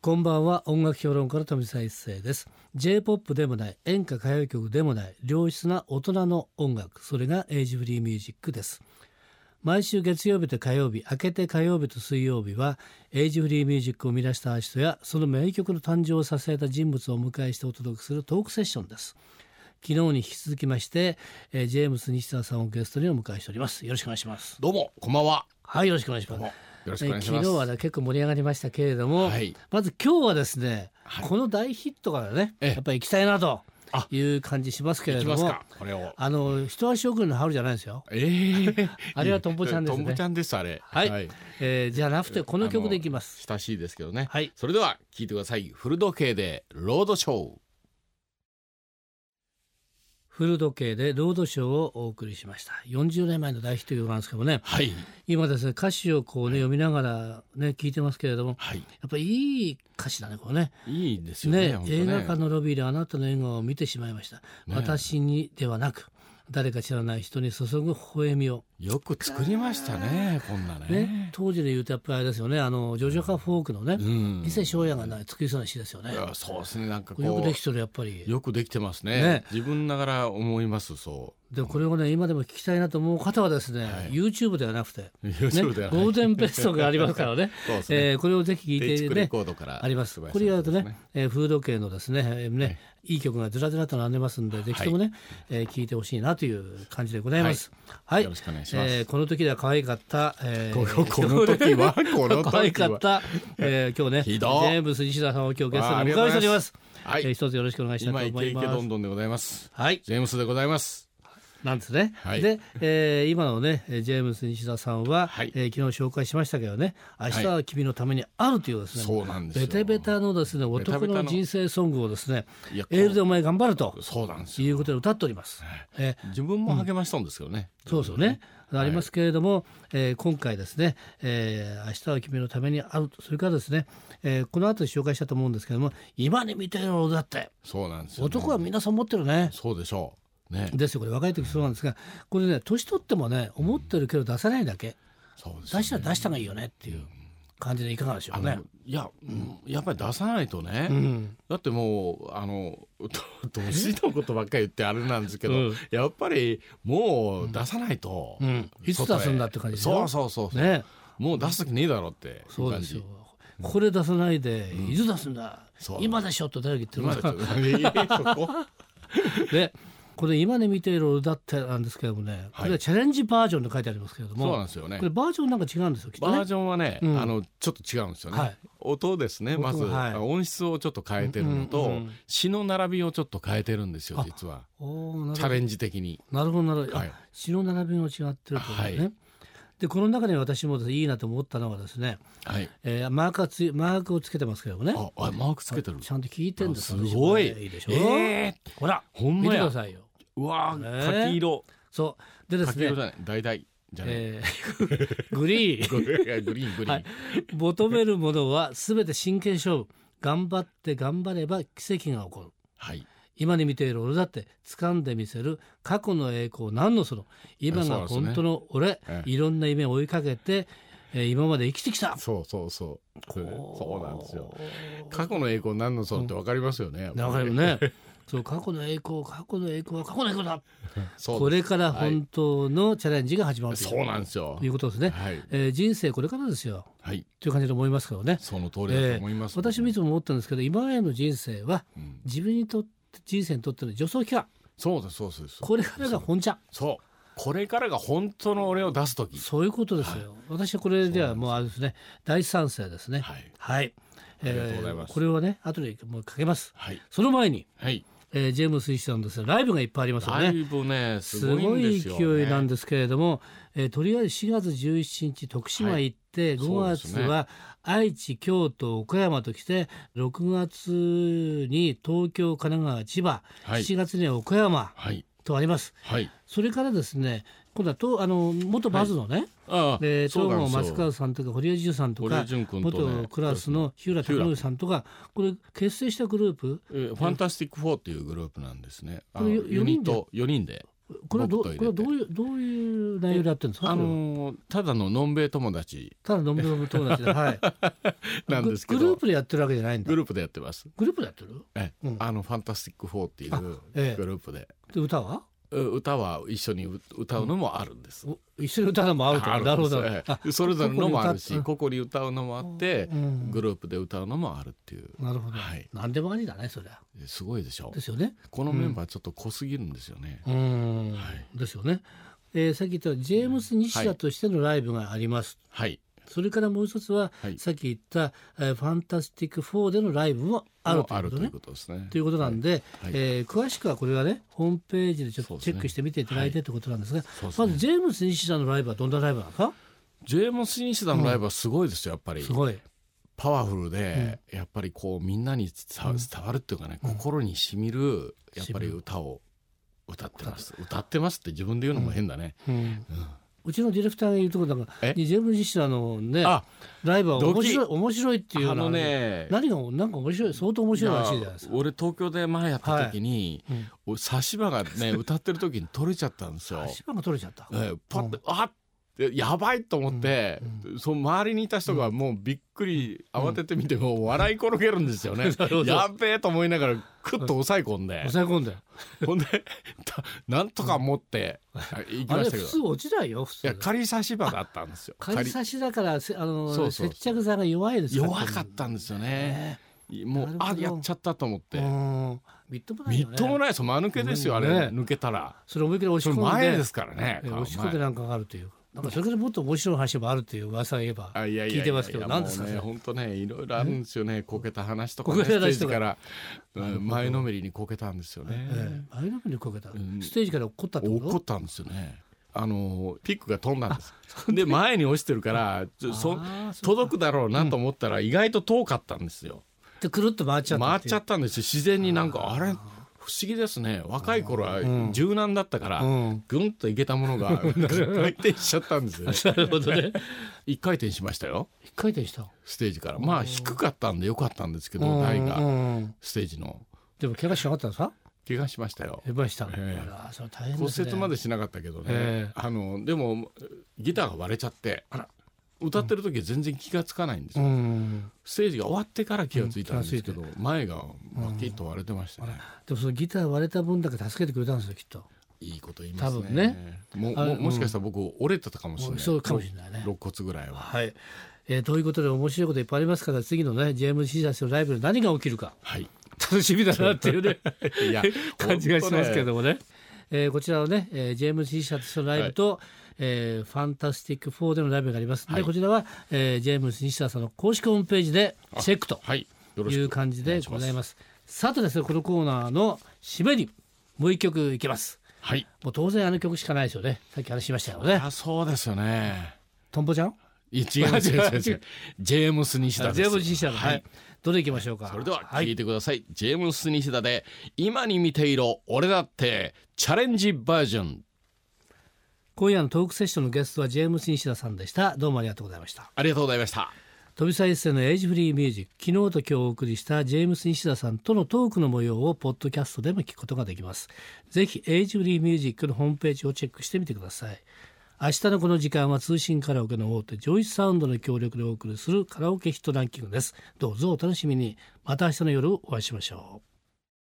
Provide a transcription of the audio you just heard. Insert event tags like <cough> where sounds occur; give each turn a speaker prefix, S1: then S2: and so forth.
S1: こんばんは音楽評論家の富澤一世です J-POP でもない演歌歌謡曲でもない良質な大人の音楽それがエイジフリーミュージックです毎週月曜日と火曜日明けて火曜日と水曜日はエイジフリーミュージックを生み出したアーティストやその名曲の誕生を支えた人物をお迎えしてお届けするトークセッションです昨日に引き続きまして、えージェームス西田さんをゲストにお迎えしておりますよろしくお願いします
S2: どうもこんばんは。
S1: はいよろしくお願いし
S2: ど
S1: ます
S2: うもよろし
S1: え
S2: くお願
S1: ー
S2: いしま
S1: 昨
S2: す。
S1: 日はね結構盛り上がりましたけれども、
S2: はい
S1: まず今日はですね、
S2: はい
S1: この大ヒットからね
S2: ええ
S1: やっぱり行きたいなと
S2: あ
S1: いう感じしますけれ
S2: いき
S1: ど
S2: ます
S1: も
S2: かこれを。
S1: あの一足遅れの春じゃないですよ、
S2: えー
S1: <laughs> あれはトンボちゃんですね
S2: トンボちゃんですあれ。
S1: はいえーじゃなくてこの曲でいきます
S2: 親しいですけどね。
S1: はい
S2: それでは聞いてください。フル時計でロードショー。
S1: フル時計でロードショーをお送りしました40年前の大ヒット曲なんですけどね
S2: はい
S1: 今ですね歌詞をこうね読みながらね聞いてますけれども
S2: はい。
S1: やっぱりいい歌詞だねこれね
S2: いいですよね。
S1: ね
S2: 本当ね
S1: 映画館のロビーであなたの笑顔を見てしまいました、
S2: ね
S1: 私にではなく誰か知らない人に注ぐ微笑みを、
S2: よく作りましたねこんな
S1: ね
S2: ね。
S1: 当時で言うとやっぱりあれですよねあのジョジョカ・フォークのね、
S2: うん
S1: 伊勢翔也が、ね、作りそうな詩ですよね
S2: いやそうですねなんかこう
S1: よくできてるやっぱり
S2: よくできてますね
S1: ね
S2: 自分ながら思いますそ
S1: でこれをね今でも聞きたいなと思う方はですね、
S2: い
S1: YouTube ではなくて、ね、
S2: う。ね、
S1: ゴールデンベストがありますからね
S2: <laughs> そうですね。
S1: えーこれをぜひ聞い
S2: テイチ
S1: て
S2: クレ
S1: ね
S2: コードから
S1: あります。
S2: 発売
S1: これやると
S2: さ
S1: ね、
S2: てま
S1: えー、フード系のですね、えーね、
S2: はい
S1: い、い曲がずらずらと並んでますんで、ぜひともね、えー聞いてほしいなという感じでございます。はい。
S2: よろしくお願いします
S1: えーこの時では可愛かった、え
S2: このこの時
S1: <laughs>
S2: はこの時は
S1: 可愛かった、 <laughs> えー今日ね、
S2: ひ
S1: ジ
S2: ど
S1: ェームス西田さんを今日ゲスト
S2: わああ
S1: に
S2: り
S1: お
S2: がと
S1: 迎えし
S2: うござ
S1: て
S2: います
S1: おります。
S2: はい
S1: えー一つよろしくお願いしたい
S2: 今
S1: と
S2: イ
S1: 思
S2: ケ
S1: い
S2: イ
S1: ま
S2: ケ
S1: す。
S2: どんどんでございます。
S1: はい。
S2: ジェームスでございます。
S1: なんですね。
S2: はい
S1: で、えー今のね、えージェームス西田さんは、
S2: はい
S1: えー昨日紹介しましたけどね、明日は君のためにあるというですね、
S2: そうなんですよ
S1: ベタベタのですね男
S2: ベタベ
S1: の
S2: タの
S1: 人生ソングをですね
S2: いやこう
S1: エールでお前頑張ると
S2: そうなんです
S1: い
S2: よ。
S1: うことで歌っております、え
S2: 自分も励ましたんですけどね。
S1: ーそうですよね、
S2: い
S1: ありますけれども、えー今回ですね、えー明日は君のためにあるとそれからですね、えーこの後で紹介したと思うんですけども今に見てよだって
S2: そうなんですよね。
S1: 男はみんなそう思ってるね
S2: そうでしょう。ね。
S1: ですよこれ若い時そうなんですがこれね年取ってもね思ってるけど出さないだけ
S2: そうです
S1: 出
S2: よね。
S1: したら出した方がいいよねっていう感じでいかがでしょ
S2: あ
S1: う
S2: の
S1: ね。
S2: いや、うんやっぱり出さないとね、
S1: うん
S2: だってもうあのと年のことばっかり言ってあれなんですけど、
S1: うん
S2: やっぱりもう出さないと、
S1: うん、いつ出すんだって感じでし
S2: そ
S1: ょ
S2: うそうそうそう、
S1: ね
S2: もう出す時ねえだろって
S1: そう
S2: 感
S1: で
S2: じ
S1: すよ。これ出さないで、いつ出すんだ
S2: そう。
S1: 今でしょと誰が言ってる
S2: 今
S1: の
S2: だ
S1: か
S2: と
S1: <laughs>
S2: え <laughs> そこ
S1: で、これ今ね見ている俺だってなんですけどもね、これはチャレンジバージョンと書いてありますけれど
S2: そうなん
S1: も、
S2: ですよね
S1: これバージョンなんか違うんですよ。きっと
S2: バー
S1: ね。
S2: ジョンはね、
S1: うん
S2: あのちょっと違うんですよね、
S1: はい
S2: 音ですね
S1: 音
S2: まず、
S1: はい
S2: 音質をちょっと変えてるのと、
S1: うんうんうん
S2: 詩の並びをちょっと変えてるんですよ
S1: あ
S2: 実は
S1: おー
S2: チ
S1: な
S2: ャ
S1: る
S2: レンジ的に
S1: ほどなるほどなるほど。
S2: は
S1: あ
S2: い、
S1: 白並びも違ってるということです
S2: は
S1: ね。で、この中で私もですねいいなと思ったのはですね、
S2: はい
S1: えーマークはつマークをつけてますけどもね。
S2: ああマークつけてる
S1: ちゃんと聞いてんです
S2: あすごい
S1: 私もねいいでしょ、
S2: えー、
S1: ほら
S2: ほん
S1: 見
S2: ま
S1: てくだ
S2: や
S1: さいよ
S2: うわ
S1: ね
S2: ー柿色
S1: そうでです
S2: 柿色じ
S1: ね
S2: ゃない大々じゃない、
S1: えーグリーン
S2: ごめんいやグリーングリーン、
S1: はい求めるものは全て真剣勝負頑張って頑張れば奇跡が起こる
S2: はい
S1: 今に見ている俺だって掴んでみせる過去の栄光何のその今が本当の俺、
S2: ええ
S1: いろんな夢を追いかけて、えー今まで生きてきた
S2: そうそうそうそうそうなんですよ過
S1: 過去
S2: 去の栄光何のそうってわかりますよね、
S1: だからねそう過去の栄光過去の栄光は過去の栄光だ
S2: <laughs>
S1: こ
S2: れ
S1: れから本当のチャレンジが始まるという,、
S2: そうなんですよ
S1: いうことですね、
S2: はい
S1: えー人生これからですよ
S2: はい
S1: という感じで思いますけどね
S2: その通りだと思います、
S1: 私もいつも思ってるんですけど今までの人生は
S2: うん
S1: 自分にとって人生にとっての助走期間
S2: そうですそうですそうです
S1: これからが本ちゃん
S2: そうこれからが本当の俺を出す時
S1: そういうことですよ、私はこれではもうあれですね大賛成ですね
S2: はい
S1: はい、
S2: ありがとうございます
S1: これはね後でもうかけます
S2: はい
S1: その前に、
S2: はい
S1: えージェームス・イシさんのですねライブがいっぱいありますよ
S2: だ
S1: ね
S2: いぶねす
S1: す
S2: ごい
S1: ご
S2: んで
S1: い
S2: すよ、ね、
S1: 勢いなんですけれども、えーとりあえず4月17日徳島行って、
S2: そう
S1: 5
S2: で
S1: 月
S2: すね
S1: は愛知京都岡山ときて6月に東京神奈川千葉、
S2: はい
S1: 7月には岡山
S2: はい
S1: とあります
S2: はい
S1: それからですね今度はとあの元バズのね、
S2: ああ
S1: で
S2: そ
S1: 東
S2: う
S1: 郷
S2: なんです
S1: 松
S2: よ
S1: 川さんとか堀江純さんと
S2: 堀江
S1: か
S2: 純君とね
S1: 元クラスの日浦貴教さんとかこれ結成したグループ
S2: えーファンタスティック4っていうグループなんですね。あ
S1: こ
S2: の
S1: れよ
S2: ユニット4人で。
S1: これはどう
S2: も
S1: こ
S2: っと入
S1: れはどう
S2: れて
S1: いうどういう内容でやってるんですか
S2: あ
S1: これは
S2: のーただののんべえ友達
S1: ただ飲み飲む友達で、はい、
S2: なんですけど
S1: グループでやってるわけじゃないんだ
S2: グループでやってます
S1: グループでやってる
S2: ええ、
S1: うん
S2: あの「ファンタスティック4」ってい
S1: あええ
S2: うグループで、
S1: で歌は
S2: う歌は一緒にう歌うのもあるんです、
S1: お一緒に歌うのも合うと
S2: あ
S1: なるほど、
S2: ええ
S1: あ
S2: それぞれのもあるし
S1: こ
S2: ここに歌うのもあって
S1: うん
S2: グループで歌うのもあるっていう
S1: なるほど、
S2: はい
S1: 何でもありだねそりゃ
S2: すごいでしょ
S1: ですよね
S2: このメンバーちょっと濃すぎるんですよね、
S1: うん、ですよね、えー、さっき言ったジェームス・西田としてのライブがあります、
S2: はい
S1: それからもう一つは、
S2: はい
S1: さっき言った、えーファンタスティック4」でのライブもあるということ
S2: とい
S1: ね
S2: う。ことですね
S1: ということなんで、
S2: はい
S1: えー詳しくはこれはねホームページでちょっ
S2: そう
S1: と
S2: です
S1: チ
S2: ね
S1: ェックしてみていただいてということなんですが、
S2: そうです
S1: ま
S2: ね
S1: ずジェームス西田のライブはどんなライブなのか
S2: ジェームス・ニシダのライブはすごいですよやっぱり
S1: すごい、
S2: パワフルで、やっぱりこうみんなに伝わ伝わるっていうかね、心にしみるやっぱり歌を歌ってます歌ってますって自分で言うのも変だね、
S1: うんうちのディレクターが言うところだから
S2: え
S1: ジェームス西田のね
S2: あ
S1: ライブは面白い
S2: ド
S1: 面白いっていう
S2: あ
S1: のは
S2: のね
S1: 何がなんか面白い相当面白いらしいじゃないですか。
S2: 俺東京で前やった時に、
S1: はいうん
S2: 俺差し歯が
S1: <laughs>
S2: ね歌ってる時に取れちゃったんですよ。
S1: 足場が取れちゃった。
S2: ええパッて、あっやばいと思って、その周りにいた人がもうびっくり、慌てて見てもう笑い転げるんですよ
S1: <laughs>
S2: ね、
S1: ど
S2: やっべえと思いながらクッと抑え込んで、
S1: 抑え込んで。
S2: <laughs> ほんでたなんとか持って、行き
S1: あ
S2: ま
S1: れ
S2: したけ
S1: 普
S2: ど
S1: 通落ちないよ普
S2: いや
S1: 通。
S2: 仮差し歯だったんですよ
S1: 仮差しだからせあの
S2: そうそうそう
S1: 接着剤が弱いです
S2: 仮弱かったんですよね、
S1: ね。
S2: もう
S1: なる
S2: あ
S1: ほど
S2: やっちゃったと思って、
S1: うん。みっともない
S2: み
S1: よ
S2: っ
S1: ね。
S2: ともないです間抜けですよ、
S1: ね
S2: あれ抜けたら。
S1: それ思いっきり
S2: そ
S1: 押し
S2: れ
S1: 込んで。
S2: 前ですからね。
S1: え押し込ん
S2: 前
S1: でなんかがあるという。なんかそれからもっと面白い話もあるという噂を言えば
S2: あいやいや
S1: 聞いてますけど
S2: いやいや
S1: 何ですか
S2: もう
S1: そ
S2: ね
S1: れ。
S2: 本当ねいろいろあるんですよねこけた話とか
S1: こ
S2: ね
S1: けた
S2: ステー
S1: 話と
S2: ジ
S1: か
S2: からうん前のめりにこけたんですよね、
S1: ええ、あれの目にこけた
S2: ん。
S1: ステージから怒ったって
S2: 怒
S1: こ
S2: ったんですよねあのピックが飛んだんですで前に落ちてるからちょそ
S1: あーそ
S2: 届くだろうなと思ったら意外と遠かったんですよ
S1: と。でくるっと回っちゃった
S2: 回って
S1: い
S2: ちゃ
S1: う。
S2: ったんですよ自然になんかあれ不思議ですね若い頃は柔軟だったから、
S1: うん
S2: ぐんといけたものが <laughs> 回転しちゃったんですよね
S1: <laughs> なるほどね。
S2: 一回転しましたよ
S1: 一回転した。
S2: ステージからまあ低かったんでよかったんですけ
S1: う
S2: ど
S1: ん
S2: 台
S1: う
S2: が
S1: んうん
S2: ステージの
S1: でも怪我しなかったんですか？
S2: 怪我しましたよ
S1: 怪我した。
S2: ええ
S1: あらそれは大変で
S2: 骨
S1: すね。
S2: 折までしなかったけどね、
S1: ええ
S2: あのでもギターが割れちゃって
S1: あら
S2: 歌ってる時は全然気がつかないんです
S1: う
S2: よ、
S1: ん。
S2: ステージが終わってから気がついたんですけど、前がバキッと割れてましたね、
S1: でもそのギター割れた分だけ助けてくれたんですよきっと。
S2: いいこと言いますね
S1: 多分ね
S2: も
S1: あ
S2: も
S1: うん
S2: もしかしたら僕折れてたかもしれない
S1: そうかもしれないね。
S2: 肋骨ぐらいは
S1: はい。えー、ということで面白いこといっぱいありますから次のねジェームズ・シーザースのライブで何が起きるか
S2: はい
S1: 楽しみだなっていうね
S2: いや
S1: <laughs> 感じがしますけ
S2: 本
S1: どもね。えーこちらはね、えージェームズ・シーザースのライブと、えーファンタスティック4でのライブがありますので、こちらは、えージェームズ・シーザーさんの公式ホームページでチェックと
S2: 当ねはいよろし
S1: い
S2: く
S1: う感じで
S2: お
S1: ござい
S2: 願いしま
S1: ます。さてですねこのコーナーの締めにもう一曲いきます。
S2: はい
S1: もう当然あの曲しかないですよね。さっき話しましたよね。
S2: あそうですよね
S1: トンボちゃん。
S2: いや違う <laughs> 違う違う違うジェームス西田です
S1: 全部実写の。はい。どれ行きましょうか。
S2: それでは
S1: はい。
S2: 聞いてください、ジェームス・ニシダで「今に見ていろ俺だって」チャレンジバージョン
S1: 今夜のトークセッションのゲストはジェームス西田さんでした。どうもありがとうございました。
S2: ありがとうございました
S1: 飛び再生のエイジフリーミュージック昨日と今日お送りしたジェームス西田さんとのトークの模様をポッドキャストでも聞くことができますぜひエイジフリーミュージックのホームページをチェックしてみてください明日のこの時間は通信カラオケの大手ジョイスサウンドの協力でお送りするカラオケヒットランキングですどうぞお楽しみにまた明日の夜お会いしましょう